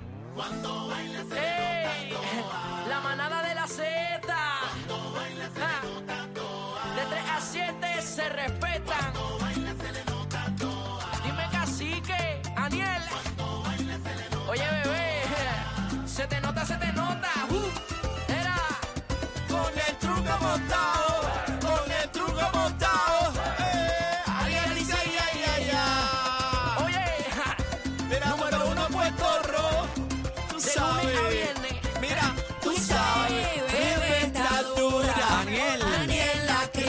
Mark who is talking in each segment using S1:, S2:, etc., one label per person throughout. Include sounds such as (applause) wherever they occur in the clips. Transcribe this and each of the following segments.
S1: ¡Ey! La manada de la Z. Ah. De 3 a 7 se respetan. Dime cacique, Aniel. Oye, bebé. Se te nota, se te nota. Uh, Era. Con el truco montado. Con el truco montado. Alguien dice, ay, ay, ay. Oye, ja,
S2: Mira, número uno puesto rojo, tú
S1: de lunes a
S2: sabes.
S1: viernes.
S2: Mira, tú sabes. Bebe está dura. Aniel.
S3: Daniel la cría,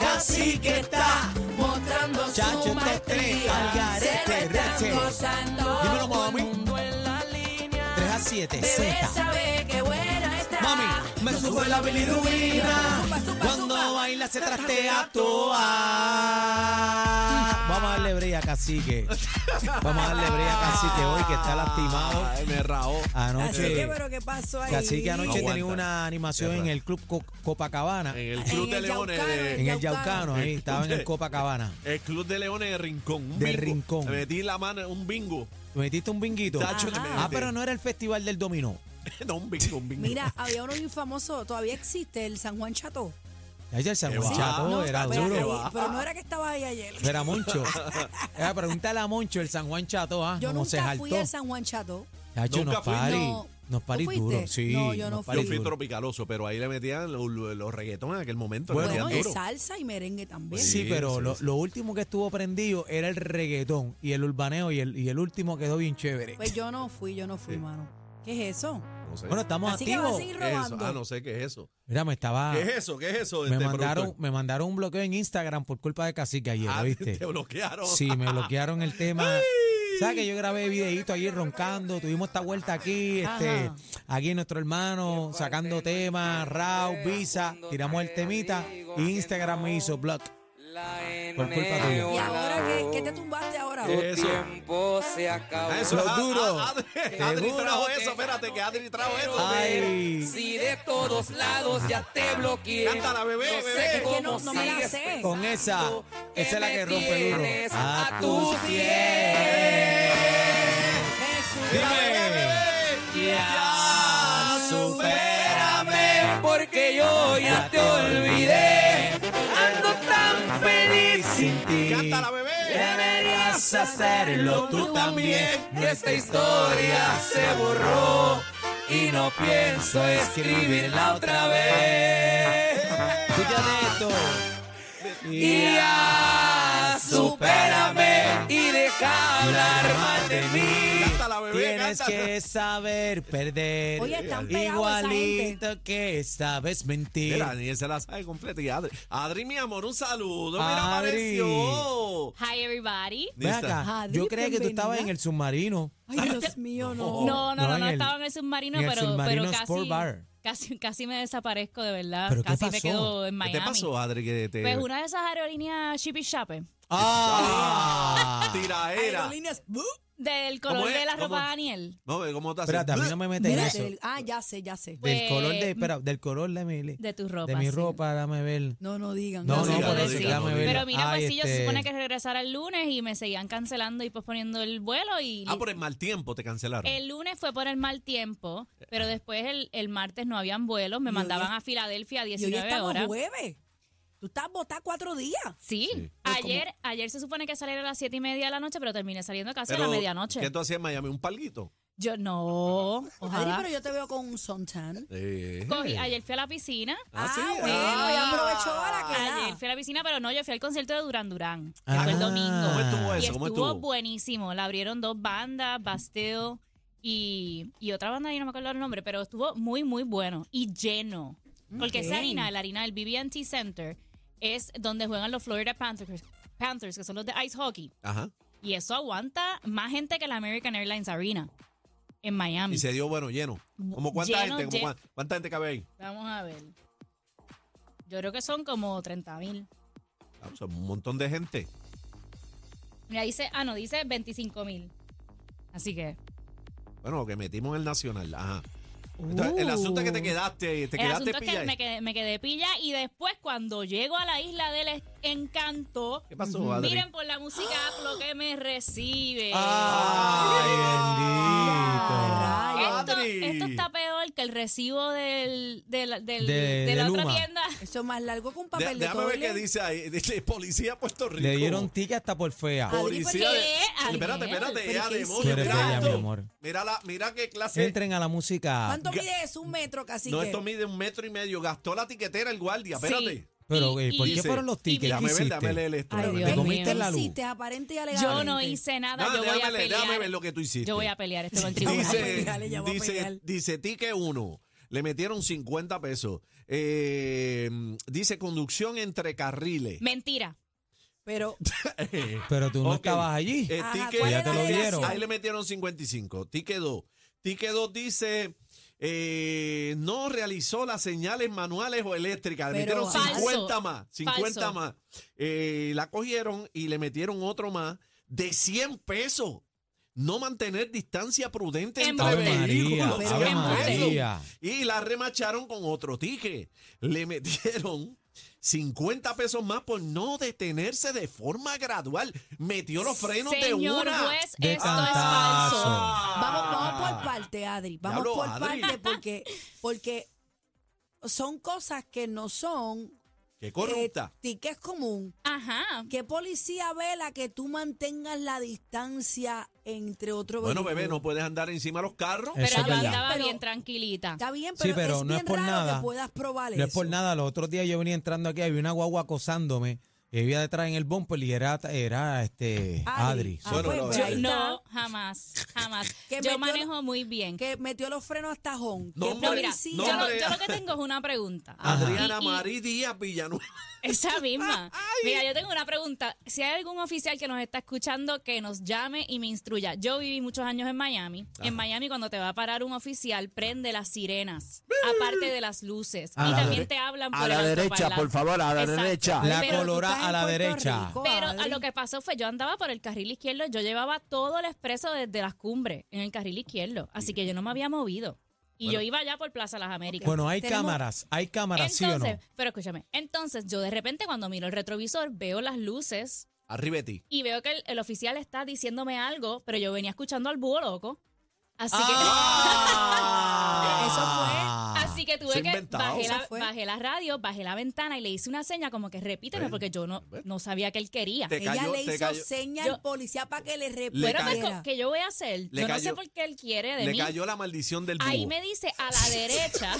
S2: Casi que está.
S3: mostrando
S2: Chacho,
S3: su
S2: este tren, al
S3: maestría.
S2: garete,
S3: Se lo
S2: rete.
S3: están gozando.
S2: Dímelo,
S3: todo el
S2: mami.
S3: mundo en la línea.
S2: 3 a 7,
S3: Bebé
S2: Z.
S3: sabe que buena está.
S2: Mami, me sube la bilirubina. Cuando baila se trastea toa. Vamos a darle brea, cacique. Vamos a darle brea, cacique, hoy que está este lastimado. Ah.
S4: Ay, me raó.
S2: Anoche.
S5: Así que, pero ¿qué pasó ahí?
S2: Cacique
S4: No
S2: anoche
S4: aguanta.
S2: tenía una animación en el Club Co- Copacabana.
S4: En el
S5: En
S4: Club de
S5: el
S4: Leones
S5: Yaucano,
S4: de,
S2: En el Yaucano,
S5: Yaucano.
S2: ahí. Estaba en el Copacabana.
S4: el Club de Leones de Rincón. un
S2: De
S4: bingo.
S2: Rincón.
S4: Me metí la mano, un bingo. (laughs)
S2: ¿Te metiste un binguito?
S4: Tacho, te
S2: Ah,
S4: metí.
S2: pero no era el festival del dominó.
S4: no, un bingo, un bingo.
S5: Mira, había uno bien famoso, todavía existe, el San Juan Chato.
S2: Ahí el San
S4: Qué
S2: Juan
S4: va.
S2: Chato
S4: No,
S2: era
S5: pero, ahí-
S2: duro.
S5: pero no era que estaba ahí ayer.
S2: Era Moncho. Era, pregúntale a Moncho el San Juan Chato, ah,
S5: Yo
S2: cómo se
S5: nunca
S2: jaltó.
S5: fui al San Juan Chato.
S2: Chacho,
S4: Nunca
S2: nos
S4: fui.
S2: pari.
S5: No.
S2: Nos
S5: ¿Tú
S2: pari
S5: fuiste?
S2: duro. Sí,
S5: No, yo
S2: nos
S5: no
S2: pari
S4: Yo fui
S2: duro.
S4: tropicaloso, pero ahí le metían los, los reggaetones en aquel momento. le
S2: Bueno,
S5: Bueno,
S4: metían
S5: y
S4: duro.
S5: salsa y merengue también.
S2: Sí,
S4: Sí,
S2: pero
S4: sí,
S2: lo,
S4: sí.
S2: lo último que estuvo prendido era el reggaetón y el urbaneo y el, y el último quedó bien chévere.
S5: Pues yo no fui, yo no fui,
S4: Sí.
S5: mano. ¿Qué es eso?
S4: No sé.
S2: bueno, estamos
S5: Así que vas a
S2: activos.
S5: seguir
S4: ¿Qué es eso?
S5: robando.
S4: Ah, no sé qué es eso.
S2: Mira, me estaba.
S4: ¿Qué es eso? ¿Qué es eso?
S2: Ah. me,
S4: este
S2: mandaron,
S4: productor?
S2: me mandaron un bloqueo en Instagram por culpa de Cacique ayer,
S4: Ah,
S2: ¿viste?
S4: te bloquearon.
S2: Sí, me bloquearon el tema. ¿Sabes que yo grabé videíto allí roncando? Tuvimos esta vuelta aquí, este,
S5: Ajá.
S2: aquí nuestro hermano sacando temas, Raw, Visa, tiramos el temita y Instagram me hizo block. Por culpa tuya.
S5: ¿Y ahora qué, qué te tumbaste ahora?
S4: ¿Qué es (laughs) eso?
S6: tiempo se acabó.
S4: Ah, eso
S2: Lo
S4: ah, ah,
S2: duro.
S4: Adri, Adri
S2: Seguro
S4: trajo
S2: que-
S4: eso. Espérate, que Adri trajo eso.
S2: Ay,
S6: Si de todos lados ya te bloqueé.
S4: Cántala, bebé,
S6: no
S4: bebé.
S6: Sé
S4: Es que
S6: cómo
S5: no- no me la
S6: sigues
S5: sé.
S6: pensando
S2: con esa, esa es la que
S6: me
S2: rompe duro. Ah,
S6: tienes
S2: A
S6: A
S2: tus
S6: tus pies.
S2: Dime. Ya, supérame.
S6: Porque yo ya te olvidé. Ando tan feliz sin
S2: ti.
S4: Cántala, bebé.
S2: Deberías hacerlo tú también.
S6: Esta historia se borró y no pienso escribirla otra vez.
S2: Escúchate esto.
S6: Y ya, supérame y deja hablar mal de mí.
S4: Cántala, bebé.
S2: Tienes
S4: cántala.
S2: que saber perder.
S5: Oye, están pegados esa gente.
S2: Igualito que sabes mentir.
S4: Mira, Daniel se la sabe completa. Y Adri, Adri, mi amor, un saludo. Mira,
S2: Adri.
S4: apareció.
S7: Hi everybody.
S2: Ven
S4: Nista.
S2: acá,
S5: Adri,
S2: yo creía que tú
S5: bienvenida.
S2: estabas en el submarino.
S5: Ay, Dios mío, no.
S7: No, no,
S2: Oh, no,
S7: no, no,
S2: en el-
S7: estaba en el submarino,
S2: en el
S7: pero,
S2: submarino
S7: pero
S2: Sport
S7: casi,
S2: Bar.
S7: casi, casi me desaparezco de verdad.
S2: ¿Pero qué
S7: casi
S2: pasó?
S7: me quedo en
S4: ¿Qué
S7: Miami.
S4: te pasó, Adri? Que te...
S7: Pues una de esas aerolíneas Chip y Shape,
S2: ¡Ah!
S4: Tiraera.
S5: Aerolíneas, ¡buh!
S7: del color
S4: ¿Cómo es?
S7: de la ropa
S4: ¿Cómo?
S7: de Daniel,
S4: No, ve cómo te hace.
S2: (laughs) Espérate, a mí no me meten
S5: Mira,
S2: eso.
S5: el- ah, ya sé, ya sé.
S2: Del
S7: Pues-
S2: color de, espera, del color de mi,
S7: de tu ropa.
S2: de mi
S7: sí.
S2: ropa, dame ver.
S5: No, no digan.
S2: No, no,
S7: No, sí,
S2: por
S7: no
S2: eso,
S7: diga,
S2: dame
S4: no
S2: ver.
S4: diga.
S7: Pero mira,
S2: Ay,
S7: pues sí, yo se
S2: este,
S7: supone que regresara el lunes y me seguían cancelando y posponiendo el vuelo. y
S4: Ah, por el mal tiempo te cancelaron.
S7: El lunes fue por el mal tiempo,
S2: Ah.
S7: pero después el, el martes no habían vuelos,
S5: Y
S7: me
S5: hoy
S7: mandaban
S5: es-
S7: a Filadelfia a
S5: Y hoy
S7: 19
S5: estamos
S7: horas.
S5: jueves. Tú estás botada cuatro días.
S7: Sí,
S4: Sí.
S7: ayer, ayer se supone que saliera a las siete y media de la noche, pero terminé saliendo casi
S4: Pero,
S7: a la medianoche.
S4: ¿Qué tú hacías en Miami? ¿Un palguito?
S7: Yo no,
S5: Adri,
S7: ojalá.
S5: pero yo te veo con un suntan.
S4: Eh.
S7: Cogí- ayer fui a la piscina.
S4: Ah, sí.
S5: bueno, ya aprovechó ahora que da.
S7: Ayer fui a la piscina, pero no, yo fui al concierto de Durán Durán, que
S2: Ah.
S7: fue el domingo.
S4: ¿Cómo estuvo
S7: Y
S4: eso? ¿Cómo
S7: estuvo,
S4: estuvo?
S7: buenísimo. La abrieron dos bandas, Basteo y, y otra banda, y no me acuerdo el nombre, pero estuvo muy, muy bueno y lleno.
S4: Mm,
S7: Porque esa harina, la harina del BB&T Center, es donde juegan los Florida Panthers, Panthers, que son los de ice hockey.
S4: Ajá.
S7: Y eso aguanta más gente que la American Airlines Arena en Miami.
S4: Y se dio bueno, lleno. ¿Como cuánta
S7: Lleno,
S4: gente?
S7: lle-
S4: Como cuán- ¿Cuánta gente cabe ahí?
S7: Vamos a ver. Yo creo que son como 30 mil.
S4: Ah, o sea, un montón de gente.
S7: Mira, dice, ah, no, dice 25 mil. Así que
S4: Bueno, lo que metimos en el Nacional. Ajá. Entonces, el asunto es que te quedaste, te
S7: Uh. el asunto
S4: quedaste
S7: es
S4: pillado.
S7: que me quedé, me quedé pilla y después cuando llego a la isla del es- encanto,
S4: ¿Qué pasó, Adri?
S7: miren por la música lo que me recibe.
S4: Ah,
S2: Ay,
S7: esto,
S4: Adri.
S7: esto está peor que el recibo del, del- del-
S2: De-
S7: de la
S2: de
S7: otra
S2: Luma.
S7: tienda.
S5: Eso es más largo que un
S4: De-
S5: papel de,
S4: déjame ver qué
S5: toilet.
S4: dice ahí. Dice policía Puerto Rico.
S2: bendito. Le dieron ticket hasta por fea.
S4: Ah,
S5: Adri,
S4: Policía de-
S7: ¿por Ah, "Pues, qué? Ah, Adriel,
S4: Espérate, espérate, ya,
S5: ¿pero qué hiciste?
S4: demonio,
S2: Tú eres
S4: mira
S2: bella,
S4: esto.
S2: mi amor.
S4: Mira, la, mira qué clase.
S2: Entren a la música.
S5: ¿Cuánto mide eso? Un metro, casi
S4: Ah, No, esto mide un metro y medio. Gastó la tiquetera el guardia, espérate.
S7: Sí.
S2: Pero, eh,
S7: Y-
S2: ¿por
S7: y-
S2: qué fueron los
S7: y-
S2: tickets? ¿Qué
S4: Déjame ver, déjame
S2: hiciste?
S4: leer esto.
S7: Ay,
S4: déjame
S7: Dios
S4: leer.
S2: Te comiste
S7: mío.
S2: la luz.
S5: hiciste aparente y
S7: Yo
S5: alegadamente.
S7: no hice nada,
S4: No,
S7: yo voy
S4: déjame
S7: a
S4: leer, déjame ver
S7: pelear.
S4: lo que tú hiciste.
S7: Yo voy a pelear esto en el tribunal.
S4: Dice,
S5: pegar, ella va a pegar.
S4: dice, dice tique 1. Le metieron 50 pesos. Eh, dice conducción entre carriles.
S7: Mentira.
S5: Pero
S2: Pero tú no
S4: Ok.
S2: estabas allí.
S4: Eh,
S5: Ajá,
S4: tique-
S5: ¿cuál
S2: Pues Ya te era lo la dieron.
S4: Ahí le metieron 55. Tique 2. Tique 2 dice. eh, no realizó las señales manuales o eléctricas. Le
S5: Pero
S4: metieron
S5: falso,
S4: 50 más. 50
S7: falso.
S4: más. Eh, la cogieron y le metieron otro más de 100 pesos. No mantener distancia prudente entre
S7: Ave
S2: María,
S4: vehículos.
S7: Ave
S4: 100 pesos.
S2: María.
S4: Y la remacharon con otro tique. Le metieron 50 pesos más por no detenerse de forma gradual. Metió los frenos
S7: Señor
S4: de una.
S7: juez,
S2: De
S7: esto es
S2: cantazo.
S7: falso.
S5: vamos, vamos por parte, Adri. Vamos
S4: Ah. Diablo,
S5: por
S4: Adri.
S5: parte porque, porque son cosas que no son
S4: Qué corrupta.
S5: eh, tickets común.
S7: Ajá.
S5: ¿Qué policía vela que tú mantengas la distancia entre otro
S4: bueno,
S5: vehículo?
S4: bebé, no puedes andar encima de los carros.
S2: Eso
S7: Pero
S2: es
S7: yo
S2: verdad.
S7: andaba
S5: Pero-
S7: bien tranquilita.
S5: Está bien,
S2: Sí,
S5: pero,
S2: pero
S5: es
S2: no es
S5: bien
S2: por
S5: raro
S2: nada.
S5: que puedas probar
S2: No es por
S5: eso.
S2: nada. Los otros días yo venía entrando aquí, había una guagua acosándome. Y había detrás en el bumper y era, era este, Adri.
S5: Adri. Ah,
S4: Bueno,
S5: pues,
S4: no,
S5: pues
S4: yo-
S5: ahí
S7: No,
S5: está.
S7: jamás, jamás.
S5: Que metió-
S7: Yo manejo muy bien.
S5: Que metió los frenos hasta home.
S4: No,
S7: No, mira,
S4: Sí,
S7: yo,
S4: no,
S7: lo,
S4: hombre.
S7: yo lo que tengo es una pregunta.
S4: Adriana
S7: Y- y-
S4: María Díaz Villanueva. (laughs)
S7: Esa
S6: (laughs)
S7: misma. Mira, yo tengo una pregunta. Si hay algún oficial que nos está escuchando, que nos llame y me instruya. Yo viví muchos años en Miami. En Miami, cuando te va a parar un oficial, prende las sirenas, aparte de las luces.
S2: A
S7: y
S2: la
S7: también
S2: dere-
S7: te hablan
S6: a
S7: por
S6: la
S7: el
S6: derecha, por
S7: altoparlante.
S6: favor, a la
S7: Exacto.
S6: derecha.
S2: La
S7: Pero-
S2: colorada a la derecha.
S7: Pero a lo que pasó fue, yo andaba por el carril izquierdo, yo llevaba todo el expreso desde las cumbres en el carril izquierdo, así que yo no me había movido. Y yo iba allá por Plaza Las Américas.
S2: Bueno, hay
S5: Tenemos-
S2: cámaras, hay cámaras, ¿sí o
S7: entonces,
S2: no?
S7: pero escúchame, entonces yo de repente cuando miro el retrovisor veo las luces
S4: Arriba de ti.
S7: y veo que el, el oficial está diciéndome algo, pero yo venía escuchando al búho loco. Así (laughs) que...
S2: Ah.
S7: Así que tuve
S4: Ah. Se
S7: que
S4: inventado.
S7: bajé
S5: Se
S7: la,
S5: fue.
S7: bajé la radio, bajé la ventana y le hice una seña como que repíteme
S4: Ven,
S7: porque yo no,
S4: ven.
S7: no sabía que él quería.
S4: Te
S5: Ella
S4: cayó,
S5: le
S4: te
S5: hizo
S4: cayó.
S5: seña
S7: Yo-
S5: al policía para que le
S4: Le
S7: Pero
S4: cayó.
S7: Marco,
S5: repitiera.
S7: pues, ¿qué yo voy a hacer?
S4: Le
S7: yo no sé
S4: cayó.
S7: por qué él quiere de
S4: Le
S7: mí.
S4: cayó la maldición del búho.
S7: Ahí me dice a la
S4: (laughs)
S7: derecha.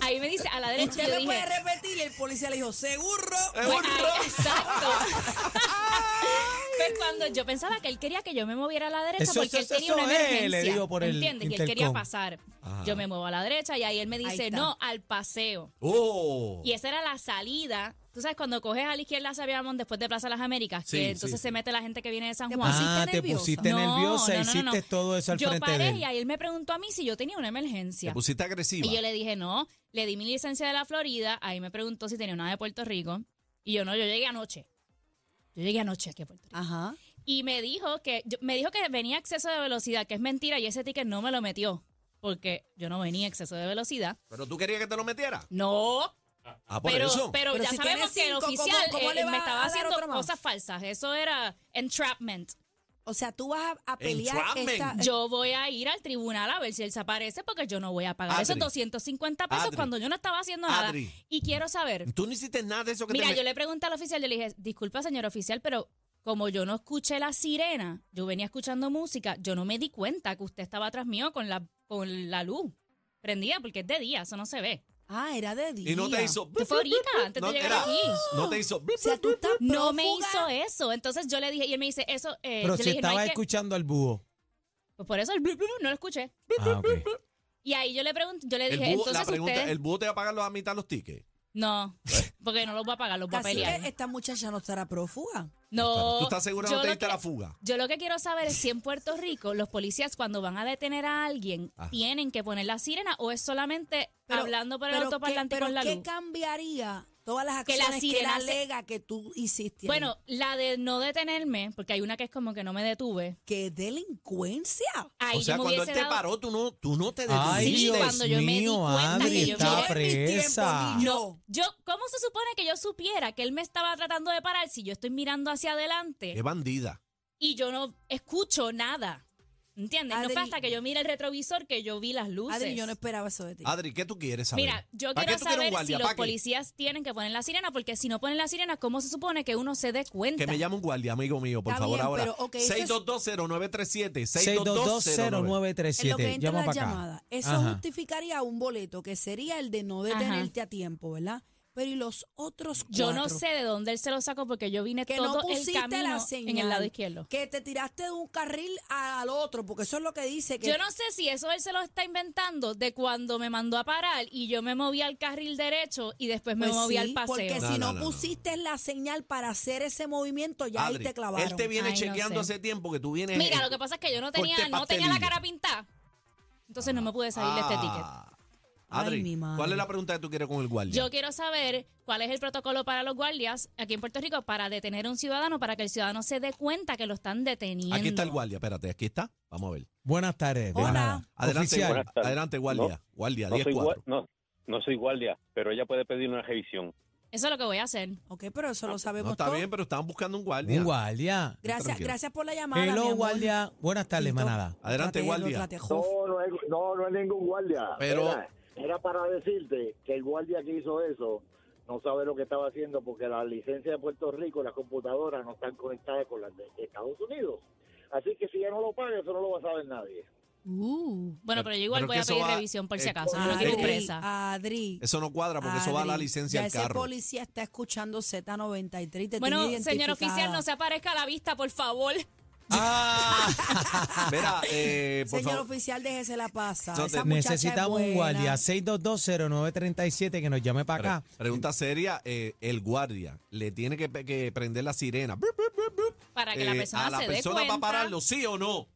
S7: ahí me dice a la derecha.
S5: Usted
S7: Yo
S5: me puede
S7: dije,
S5: repetir y el policía le dijo, seguro.
S7: pues, ahí- exacto. Pues cuando yo pensaba que él quería que yo me moviera a la derecha
S2: Eso-
S7: porque él
S2: eso-
S7: tenía
S2: eso
S7: una
S2: es, le
S7: emergencia,
S2: digo por el
S7: ¿entiendes? Y él quería
S2: intercom.
S7: pasar. Yo me muevo a la derecha y ahí él me dice,
S5: está.
S7: no, al paseo.
S4: Oh.
S7: Y esa era la salida. Tú sabes, cuando coges a la izquierda hacia Bayamón después de Plaza Las Américas,
S4: Sí,
S7: que
S4: sí,
S7: entonces
S4: sí.
S7: se mete la gente que viene de San
S5: Te
S7: Juan.
S5: pusiste
S2: Ah, te
S5: nerviosa.
S2: pusiste nerviosa, hiciste todo eso al
S7: yo
S2: frente
S7: paré
S2: de él.
S7: y ahí él me preguntó a mí si yo tenía una
S4: Te
S7: emergencia.
S4: pusiste agresiva.
S7: Y yo le dije, no, le di mi licencia de la Florida, ahí me preguntó si tenía una de Puerto Rico. Y yo no, yo llegué anoche. Yo llegué anoche aquí a Puerto Rico.
S4: Ah.
S5: Ajá.
S7: Y me dijo que, yo- me dijo que venía exceso de velocidad, que es mentira, y ese ticket no me lo metió. Porque yo no venía exceso de velocidad.
S4: Pero tú querías que te lo metiera.
S7: No,
S4: Ah, por
S7: pero,
S4: eso.
S7: pero,
S5: Pero
S7: ya
S5: si tiene
S7: sabemos que el
S5: cinco, ¿cómo-
S7: oficial
S5: cómo
S7: eh,
S5: le va
S7: me
S5: a dar
S7: estaba haciendo
S5: otro más?
S7: cosas falsas. Eso era entrapment.
S5: O sea, tú vas a, a pelear
S4: Entrapment.
S5: esta...
S7: Yo voy a ir al tribunal a ver si él se aparece porque yo no voy a pagar esos
S4: Adri.
S7: 250 pesos
S4: Adri.
S7: cuando yo no estaba haciendo nada.
S4: Adri.
S7: Y quiero saber.
S4: Tú no hiciste nada de eso que
S7: Mira,
S4: te
S7: yo le pregunté al oficial, yo le dije, disculpa, señor oficial, pero como yo no escuché la sirena, yo venía escuchando música, yo no me di cuenta que usted estaba atrás mío con la, con la luz prendida porque es de día, eso no se ve.
S5: Ah, era de día.
S4: Y no te hizo.
S7: Tú
S4: (laughs)
S7: fue ahorita, antes de
S4: no,
S7: llegar
S4: era-
S7: aquí.
S4: No te hizo.
S5: O sea, tú estás
S7: No me
S5: prófuga.
S7: hizo eso. Entonces yo le dije, y él me dice, eso, eh,
S2: Pero
S7: yo
S2: si
S7: le dije, no
S2: estaba
S7: hay que-
S2: escuchando al
S7: (laughs)
S2: búho.
S7: pues por eso el blu, blu, blu, no lo escuché.
S2: Ah, ok.
S7: Y ahí yo le pregunté, yo le
S4: El
S7: dije,
S4: búho, la
S7: entonces
S4: pregunta,
S7: ustedes,
S4: ¿el búho te va a pagar los- a mitad los tickets? (laughs)
S7: no, porque no los voy a pagar, los voy a
S5: Así
S7: pelear.
S5: que esta muchacha no estará prófuga.
S7: No.
S4: ¿Tú estás segura que no
S7: yo
S4: te
S7: lo
S4: diste
S7: que-
S4: la fuga?
S7: Yo lo que quiero saber es si
S4: (laughs)
S7: en Puerto Rico los policías cuando van a detener a alguien
S4: Ah.
S7: tienen que poner la sirena o es solamente
S5: Pero-
S7: hablando por el
S5: pero qué,
S7: autoparlante
S5: pero
S7: con la
S5: ¿qué
S7: luz.
S5: cambiaría todas las
S7: Que la
S5: acciones que, la
S7: sirena se-
S5: alega que tú hiciste? ahí?
S7: Bueno, la de no detenerme, porque hay una que es como que no me detuve.
S5: ¿Qué delincuencia?
S7: Ahí
S4: o sea,
S7: yo me
S4: cuando él
S7: hubiese
S4: te
S7: dado-
S4: paró, tú no, tú no te detuviste.
S2: Ay,
S7: Sí,
S2: Dios
S7: cuando yo me di
S2: mío,
S7: cuenta que
S2: Adri
S7: yo
S2: está
S7: miré
S5: mis tiempos,
S2: presa.
S5: niño.
S7: No, yo, ¿cómo se supone que yo supiera que él me estaba tratando de parar si yo estoy mirando hacia
S4: Qué
S7: adelante
S4: bandida.
S7: y yo no escucho nada? ¿Entiendes? no
S5: Adri-
S7: fue hasta que yo mire el retrovisor que yo vi las luces.
S5: Adri, yo no esperaba eso de ti.
S4: Adri, ¿qué tú quieres saber?
S7: Mira, yo
S4: ¿Para qué
S7: quiero
S4: tú quieres un
S7: saber si
S4: guardia?
S7: los
S4: ¿Para qué?
S7: policías tienen que poner la sirena, porque si no ponen la sirena, ¿cómo se supone que uno se dé cuenta?
S4: Que me llame un guardia, amigo mío, por
S5: Está
S4: favor,
S5: bien,
S4: ahora.
S5: pero, ok, eso es-
S4: 6220937. 6220937.
S2: 6220937.
S5: En lo que entra
S2: Llama
S5: la
S2: para acá.
S5: llamada. Eso
S2: Ajá.
S5: justificaría un boleto que sería el de no detenerte a tiempo, ¿verdad? Pero ¿y los otros cuatro?
S7: yo no sé de dónde él se lo sacó, porque yo vine
S5: Que no
S7: todo el
S5: pusiste
S7: camino
S5: la señal.
S7: en el lado izquierdo.
S5: Que te tiraste de un carril al otro, porque eso es lo que dice. Que
S7: Yo no sé si eso él se lo está inventando de cuando me mandó a parar y yo me moví al carril derecho y después me
S5: Pues
S7: moví
S5: sí,
S7: al paseo.
S5: Porque si
S4: No,
S5: no,
S4: no, no, no.
S5: pusiste la señal para hacer ese movimiento, ya ahí
S4: Adri, este
S5: te clavaron.
S4: Él te viene
S7: Ay, no
S4: chequeando
S7: sé.
S4: hace tiempo que tú vienes.
S7: Mira, lo que pasa es que yo no
S4: corte
S7: tenía, no tenía la
S4: eh, pastelillo.
S7: cara pintada. Entonces no me pude salir de este ticket.
S4: Ah. Adri,
S5: Ay, mi madre.
S4: ¿cuál es la pregunta que tú quieres con el guardia?
S7: Yo quiero saber cuál es el protocolo para los guardias aquí en Puerto Rico para detener a un ciudadano, para que el ciudadano se dé cuenta que lo están deteniendo.
S4: Aquí está el guardia, espérate, aquí está. Vamos a ver.
S2: Buenas tardes.
S5: Hola.
S2: Granada.
S4: Adelante,
S2: Oficial.
S8: Buenas tardes.
S4: adelante guardia. Guardia,
S8: No soy,
S4: 10-4.
S8: gua- no, no soy guardia, pero ella puede pedir una revisión.
S7: Eso es lo que voy a hacer.
S5: Ok, pero eso lo
S4: No
S5: sabemos
S4: está
S5: todos.
S4: bien, pero estaban buscando un guardia.
S2: Un guardia.
S5: Gracias,
S4: Tranquilo.
S5: gracias por la llamada. mi
S2: Hello,
S5: amor.
S2: guardia. Buenas tardes,
S5: Listo.
S2: manada.
S7: Ah,
S4: Adelante,
S5: Trate- lo
S4: guardia.
S5: trate, Jof.
S9: No, no es, no, no es ningún guardia.
S4: Pero-
S9: Era, era para decirte que el guardia que hizo eso no sabe lo que estaba haciendo porque la licencia de Puerto Rico, las computadoras no están conectadas con las de Estados Unidos. Así que si ya no lo paga, eso no lo va a saber nadie.
S5: Uh.
S7: Bueno, pero yo igual
S4: Pero
S7: voy
S4: que
S7: a
S4: eso
S7: pedir
S4: va-
S7: revisión por si
S4: eh,
S7: acaso. Yo no
S4: Adri,
S7: quiero ir
S5: Adri,
S7: presa.
S5: Adri.
S4: Eso no cuadra porque eso va a la
S5: Adri,
S4: licencia
S5: ya
S4: del carro.
S5: Ese policía está escuchando Z93 y te
S7: Bueno,
S5: tiene
S7: señor
S5: identificada.
S7: oficial, no se aparezca a la vista, por favor.
S4: (laughs)
S7: (laughs)
S4: Ah, mira, eh, por
S5: Señor
S4: favor.
S5: oficial, déjese la pasa.
S4: Eso
S5: Esa
S4: te-
S5: muchacha
S2: Necesitamos
S5: es
S2: un
S5: buena.
S2: guardia. 6220937 que nos llame para acá.
S4: Pre- pregunta seria, eh, el guardia le tiene que, pe- que prender la sirena. Brup, brup, brup, brup.
S7: Para que la
S4: Eh,
S7: persona
S4: a la
S7: se dé
S4: persona
S7: cuenta.
S4: va a pararlo, sí o no.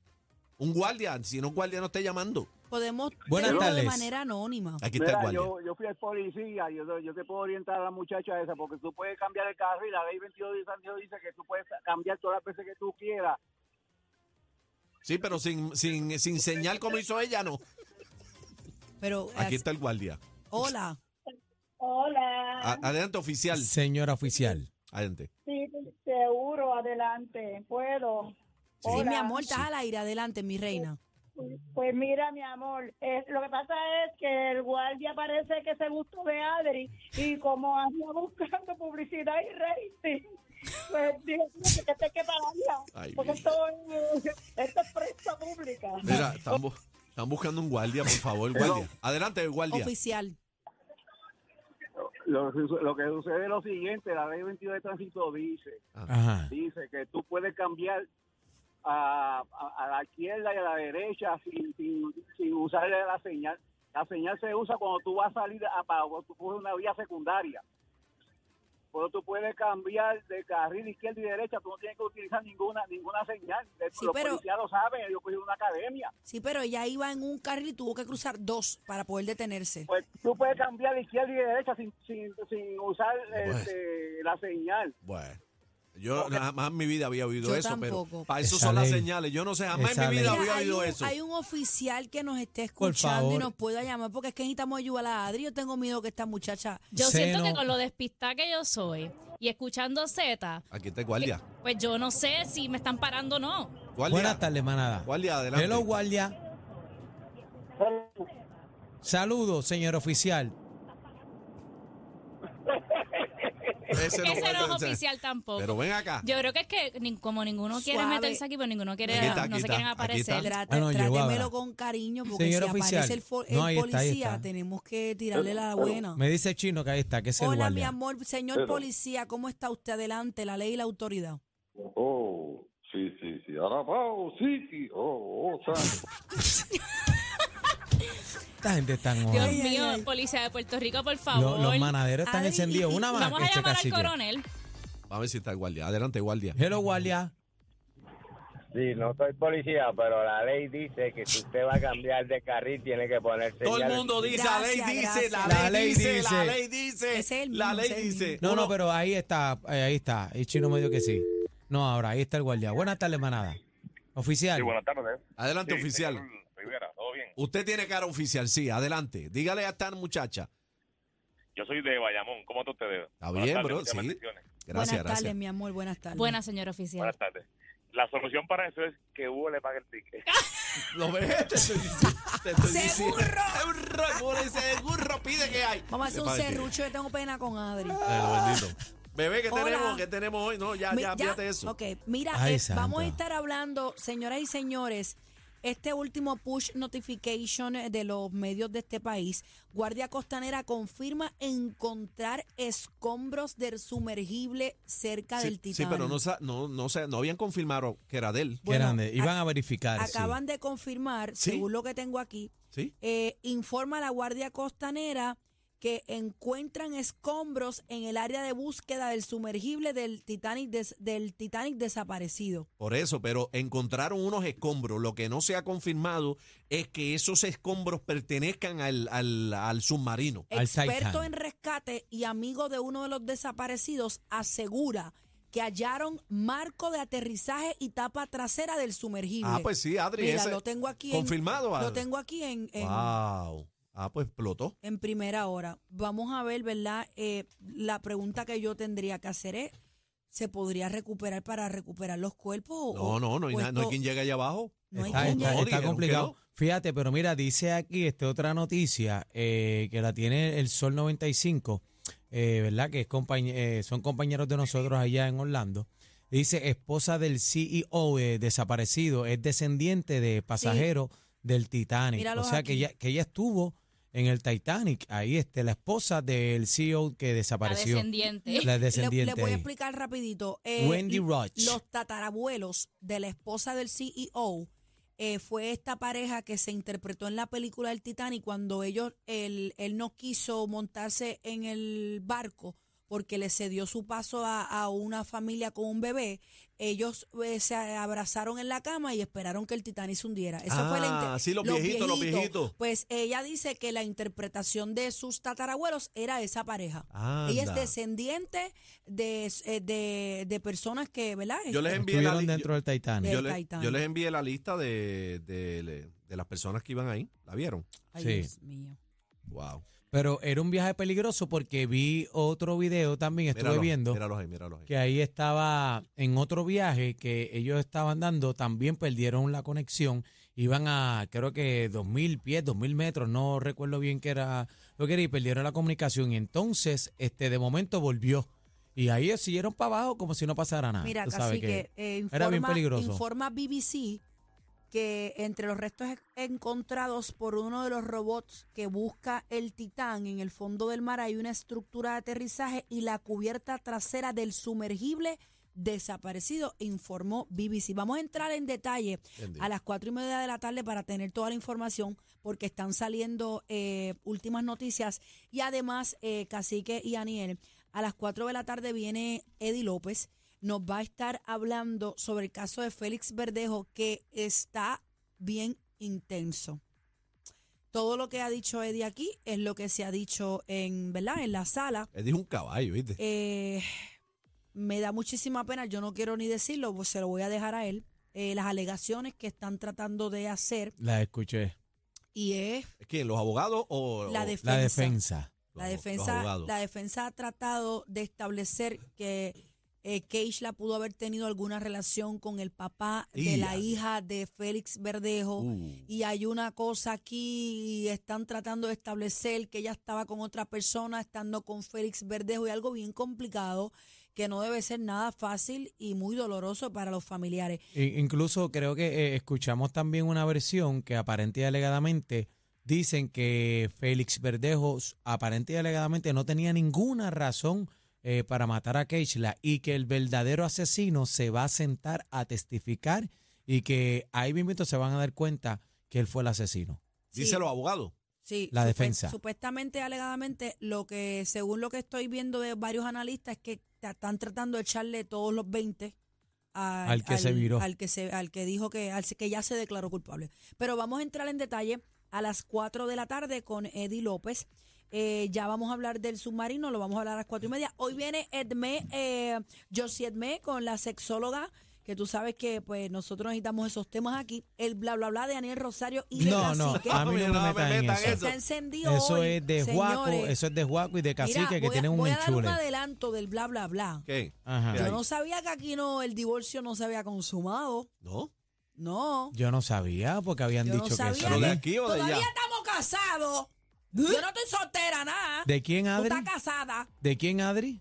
S4: Un guardia, si no un guardia no esté llamando.
S5: Podemos
S2: Buenas
S5: verlo de
S2: tardes.
S5: manera anónima.
S4: Aquí está el guardia.
S9: yo fui al policía, yo, yo te puedo orientar a la muchacha esa porque tú puedes cambiar el carro y la ley 22 de San Diego dice que tú puedes cambiar todas las veces que tú quieras.
S4: Sí, pero sin, sin, sin señal como hizo ella, no.
S5: Pero,
S4: Aquí
S5: eh,
S4: está el guardia.
S5: hola.
S10: Hola,
S4: A- adelante, oficial.
S2: Señora oficial.
S4: Adelante.
S10: sí, seguro, adelante, puedo.
S4: Sí.
S5: Sí,
S10: Hola.
S5: mi amor, estás al aire. Adelante, mi reina.
S10: Pues mira, mi amor, eh, lo que pasa es que el guardia parece que se gustó de Adri y como anda buscando publicidad y rating, pues dijo "Mira, que te que pararla,
S4: Ay,
S10: porque
S4: mi-
S10: esto es, esto es prensa pública.
S4: Mira, están, bu- están buscando un guardia, por favor, guardia. Adelante, guardia.
S5: Oficial.
S9: Lo, lo que sucede es lo siguiente, la ley 22 de tránsito dice
S2: Ajá.
S9: dice que tú puedes cambiar a, a- a la izquierda y a la derecha sin, sin, sin usar la señal. La señal se usa cuando tú vas a salir a, para tú coges una vía secundaria. Pero tú puedes cambiar de carril izquierda y derecha, tú no tienes que utilizar ninguna ninguna señal.
S5: Sí,
S9: Los
S5: pero-
S9: policías lo saben, ellos cogieron una academia.
S5: Sí, pero ella iba en un carril y tuvo que cruzar dos para poder detenerse.
S9: Pues tú puedes cambiar de izquierda y derecha sin, sin, sin usar este, la señal.
S4: Bueno. Yo nada más en mi vida había oído
S5: Yo
S4: eso,
S5: tampoco.
S4: pero para eso
S2: Esa
S4: son las
S2: ley.
S4: señales. Yo no sé, jamás
S2: Esa
S4: en mi vida
S2: ley.
S4: había
S5: hay,
S4: oído
S5: un,
S4: eso.
S5: hay un oficial que nos esté
S2: Por
S5: escuchando y
S2: favor.
S5: nos pueda llamar porque es que necesitamos ayudar a Adri. Yo tengo miedo que esta muchacha.
S7: Yo siento
S2: Seno.
S7: que con lo despistada que yo soy y escuchando Z,
S4: Aquí está el guardia.
S7: pues yo no sé si me están parando o no.
S4: Guardia.
S2: Buenas tardes, manada.
S4: Guardia, adelante.
S2: Hello, guardia. Saludos, señor oficial.
S4: Ese no
S7: Ese
S4: puede
S7: no es
S4: ser.
S7: oficial tampoco.
S4: Pero ven acá.
S7: Yo creo que es que ni- como ninguno quiere
S5: Suave.
S7: meterse aquí, pues ninguno quiere,
S4: Aquí está, aquí
S7: no se
S4: está,
S7: quieren
S4: aquí
S7: aparecer.
S4: está.
S5: Trate,
S2: Ah, no, llegó ahora.
S5: trátemelo con cariño porque
S2: Señor
S5: si
S2: oficial.
S5: aparece el, fo- el
S2: No, ahí está, ahí
S5: policía
S2: está.
S5: tenemos que tirarle la buena.
S2: Me dice Chino que ahí está, que es el
S5: Hola, mi
S2: guardia.
S5: amor, señor policía, ¿cómo está usted? Adelante, la ley y la autoridad.
S8: Oh, sí, sí, sí. Arabao, sí, sí. Oh, oh,
S2: Esta gente está en
S7: Dios
S2: hoy.
S7: mío, policía de Puerto Rico, por
S2: Lo-
S7: favor.
S2: Los, manaderos están
S5: Adri,
S2: encendidos. Una más
S7: Vamos
S2: que
S7: a
S2: este
S7: llamar al
S2: cacique.
S7: coronel.
S4: Vamos a ver si está el guardia. Adelante, guardia.
S2: Hello, guardia.
S11: Sí, no soy policía, pero la ley dice que si usted va a cambiar de carril tiene que ponerse.
S4: Todo el mundo dice, la ley dice, la ley, dice, la ley dice, la ley dice.
S2: No, no, pero ahí está, eh, ahí está. El chino medio que sí. No, ahora, ahí está el guardia. Buenas tardes, manada. Oficial.
S4: Sí, buenas tardes. Adelante, oficial.
S12: Rivera, todo bien.
S4: Usted tiene cara oficial, sí, adelante. Dígale a esta muchacha.
S12: Yo soy de Bayamón. ¿Cómo están ustedes?
S4: Está
S12: Buenas
S4: bien,
S12: tardes,
S4: bro,
S12: muchas
S4: sí.
S12: bendiciones.
S5: buenas
S4: Gracias,
S5: tardes,
S4: gracias.
S5: mi amor, buenas tardes.
S7: Buena, señor oficial.
S12: Buenas tardes. La solución para eso es que Hugo le pague el ticket.
S4: Lo ves, te
S5: (laughs)
S4: estoy diciendo. Te estoy diciendo. Seguro, seguro, seguro, pide que hay.
S5: Vamos a hacer un
S4: Padre.
S5: serrucho, yo tengo pena con Adri.
S4: Ay, bendito. Bebé, ¿qué
S5: Hola.
S4: tenemos? ¿Qué tenemos hoy? No, ya,
S5: Mi-
S4: ya, fíjate eso.
S5: Ok, mira,
S4: Ay,
S5: eh, vamos a
S4: santa.
S5: estar hablando, señoras y señores, este último push notification eh, de los medios de este país. Guardia Costanera confirma encontrar escombros del sumergible cerca
S4: Sí,
S5: del
S4: sí,
S5: Titanic.
S4: pero no, sa- no, no, sé, no habían confirmado que era de él.
S5: Bueno,
S2: Grande. Y van a verificar. sí.
S5: Acaban de confirmar,
S4: Sí.
S5: según lo que tengo aquí,
S4: Sí.
S5: eh, informa la Guardia Costanera que encuentran escombros en el área de búsqueda del sumergible del Titanic, des- del Titanic desaparecido.
S4: Por eso, pero encontraron unos escombros. Lo que no se ha confirmado es que esos escombros pertenezcan al, al, al submarino. Ah,
S5: Experto en rescate y amigo de uno de los desaparecidos asegura que hallaron marco de aterrizaje y tapa trasera del sumergible.
S4: Ah, pues sí, Adri,
S5: Mira,
S4: ese-
S5: lo tengo aquí.
S4: confirmado,
S5: En, lo
S4: Adri.
S5: tengo aquí en, en-
S4: Wow. Ah, pues explotó.
S5: en primera hora. Vamos a ver, ¿verdad? Eh, la pregunta que yo tendría que hacer es, ¿se podría recuperar para recuperar los cuerpos? o-
S4: No, no, no hay,
S5: o
S4: na- no hay
S5: esto-
S4: quien llegue allá abajo.
S5: No hay
S2: Está,
S5: quien
S2: está- está
S5: llegue.
S4: dijeron que
S2: complicado.
S4: no.
S2: Fíjate, pero mira, dice aquí esta otra noticia eh, que la tiene el Sol 95, eh, ¿verdad? Que es compañ- eh, son compañeros de nosotros allá en Orlando. Dice, esposa del CEO eh, desaparecido, es descendiente de pasajero del Titanic.
S5: Míralos
S2: o sea,
S5: aquí.
S2: que ella, que ella estuvo en el Titanic, ahí este, la esposa del CEO que desapareció.
S4: (laughs)
S7: descendiente.
S2: La
S5: (laughs) Le-
S2: descendiente.
S5: Le, voy
S2: ahí.
S5: a explicar rapidito. Eh,
S2: Wendy Roach.
S5: Los tatarabuelos de la esposa del CEO eh, fue esta pareja que se interpretó en la película del Titanic cuando ellos, él, él no quiso montarse en el barco porque le cedió su paso a, a una familia con un bebé. Ellos eh, se abrazaron en la cama y esperaron que el Titanic se hundiera. Esa fue la
S4: Ah,
S5: inter-
S4: sí, los viejitos, los viejitos.
S5: Pues ella dice que la interpretación de sus tatarabuelos era esa pareja. Ella es
S4: Anda.
S5: descendiente de, eh, de, de personas que, ¿verdad?
S4: Yo les envié la
S2: Estuvieron
S4: li-
S2: dentro del Titanic.
S4: Yo,
S5: Del
S4: le-
S5: Titanic.
S4: yo les envié la lista de, de- de las personas que iban ahí. ¿La vieron?
S5: Ay,
S2: Sí.
S5: Dios mío.
S4: Wow.
S2: Pero era un viaje peligroso porque vi otro video también, estuve
S4: Míralos,
S2: viendo
S4: Míralos ahí, míralos ahí.
S2: que ahí estaba en otro viaje que ellos estaban dando, también perdieron la conexión, iban a creo que 2.000 pies, 2.000 metros, no recuerdo bien qué era lo que era y perdieron la comunicación. Y entonces, este de momento volvió y ahí ellos siguieron para abajo como si no pasara nada.
S5: Mira,
S2: Ah, Tú sabes
S5: casi que, eh, informa,
S2: era bien peligroso.
S5: informa BBC que entre los restos encontrados por uno de los robots que busca el Titán en el fondo del mar hay una estructura de aterrizaje y la cubierta trasera del sumergible desaparecido, informó BBC. Vamos a entrar en detalle
S4: Entendido.
S5: a las cuatro y media de la tarde para tener toda la información porque están saliendo eh, últimas noticias y además eh, Cacique y Aniel, a las cuatro de la tarde viene Eddie López, nos va a estar hablando sobre el caso de Félix Verdejo que está bien intenso. Todo lo que ha dicho Eddie aquí es lo que se ha dicho en, ¿verdad? en la sala.
S4: Él dijo un caballo, ¿viste?
S5: Eh, me da muchísima pena, yo no quiero ni decirlo, pues se lo voy a dejar a él. Eh, las alegaciones que están tratando de hacer
S2: La escuché,
S5: y es
S4: ¿Es ¿Quién? ¿Los abogados o...?
S5: La
S4: o-
S5: defensa.
S2: la defensa.
S5: la
S4: Los- los
S5: defensa,
S4: abogados.
S5: la defensa ha tratado de establecer que eh, Keishla pudo haber tenido alguna relación con el papá de
S4: Y
S5: la
S4: a-
S5: hija de Félix Verdejo
S4: Uh.
S5: y hay una cosa aquí y están tratando de establecer que ella estaba con otra persona estando con Félix Verdejo y algo bien complicado que no debe ser nada fácil y muy doloroso para los familiares.
S2: I- Incluso creo que eh, escuchamos también una versión que aparente y alegadamente dicen que Félix Verdejo s- aparente y alegadamente no tenía ninguna razón eh, para matar a Keishla y que el verdadero asesino se va a sentar a testificar y que ahí mismo se van a dar cuenta que él fue el asesino.
S4: Dice los abogados.
S5: Sí,
S2: la
S5: supe-
S2: defensa.
S5: Supuestamente, alegadamente, lo que según lo que estoy viendo de varios analistas es que ta- están tratando de echarle todos los 20 al,
S2: Al que se viró.
S5: Al que, se, al que dijo que, al que ya se declaró culpable. Pero vamos a entrar en detalle a las 4 de la tarde con Eddie López. Eh, ya vamos a hablar del submarino, lo vamos a hablar a las cuatro y media. Hoy viene Edmé, eh, Josie Edmé con la sexóloga, que tú sabes que pues nosotros necesitamos esos temas aquí. El bla bla bla de Daniel Rosario y de
S2: No, no,
S5: Cacique.
S2: a mí no me metan en eso.
S5: Está encendido
S2: Eso
S5: hoy,
S2: es de Juaco,
S5: señores.
S2: eso es de Juaco y de Cacique
S5: Mira,
S2: que
S5: voy a-
S2: tienen un
S5: voy a dar un
S2: enchule.
S5: adelanto del bla bla bla.
S4: ¿Qué?
S2: Ajá.
S5: Yo no sabía que aquí no el divorcio no se había consumado.
S4: ¿No?
S5: No.
S2: Yo no sabía porque habían
S5: Yo no
S2: dicho que
S5: sabía.
S2: sí.
S4: ¿De aquí o de
S5: Todavía
S4: allá?
S5: estamos casados. Yo no estoy soltera, nada.
S2: ¿Eh? ¿De quién,
S5: Tú
S2: Adri?
S5: estás casada. ¿Eh?
S2: ¿De quién, Adri?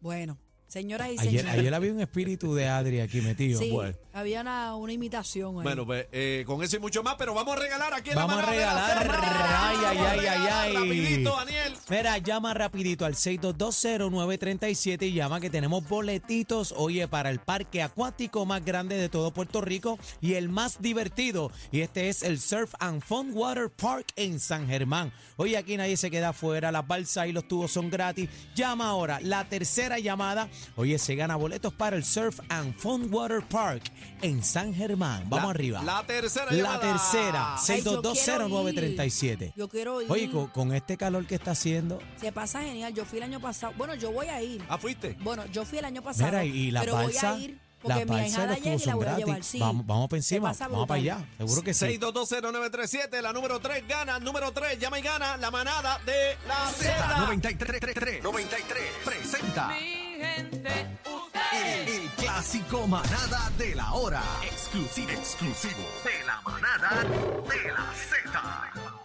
S5: Bueno, señoras y
S2: Ayer, pues.
S5: señores.
S2: ayer había un espíritu de Adri aquí metido.
S5: Sí,
S2: Bueno.
S5: había una, una imitación ahí.
S4: Bueno, pues eh, con eso y mucho más, pero vamos a regalar aquí en
S2: Vamos
S4: la
S2: a
S4: manada de la
S2: regalar.
S4: semana.
S2: Ay, ay,
S4: Vamos a
S2: ay,
S4: regalar
S2: ay, ay.
S4: rapidito, Daniel.
S2: Mira, llama rapidito al 6220937 y llama que tenemos boletitos, oye, para el parque acuático más grande de todo Puerto Rico y el más divertido. Y este es el Surf and Fun Water Park en San Germán. Oye, aquí nadie se queda afuera, las balsas y los tubos son gratis. Llama ahora, la tercera llamada, oye, se gana boletos para el Surf and Fun Water Park en San Germán. Vamos
S4: La-
S2: arriba.
S4: la tercera
S2: La
S4: llamada.
S2: tercera,
S5: Ay, yo quiero
S2: 6220937.
S5: ir. Yo quiero ir.
S2: Oye, con, con este calor que está haciendo.
S5: Se pasa genial. Yo fui el año pasado. Bueno, yo voy a ir.
S4: Ah, fuiste.
S5: Bueno, yo fui el año pasado.
S2: Mira, y la
S5: pero
S2: balsa.
S5: voy a ir
S2: La
S5: porque mi
S2: balsa
S5: hijada
S2: de
S5: llega
S2: los
S5: y la
S2: son
S5: voy a llevar.
S2: gratis.
S5: Sí.
S2: Vamos, vamos para encima.
S5: pasa
S2: Vamos para
S5: brutal.
S2: allá. Seguro que sí.
S4: 6220937, la número 3 gana, número 3 llama y gana la manada de la Z.
S13: 93 93 presenta
S3: Mi gente,
S13: el, el clásico manada de la hora. Exclusivo, exclusivo de la manada de la Z.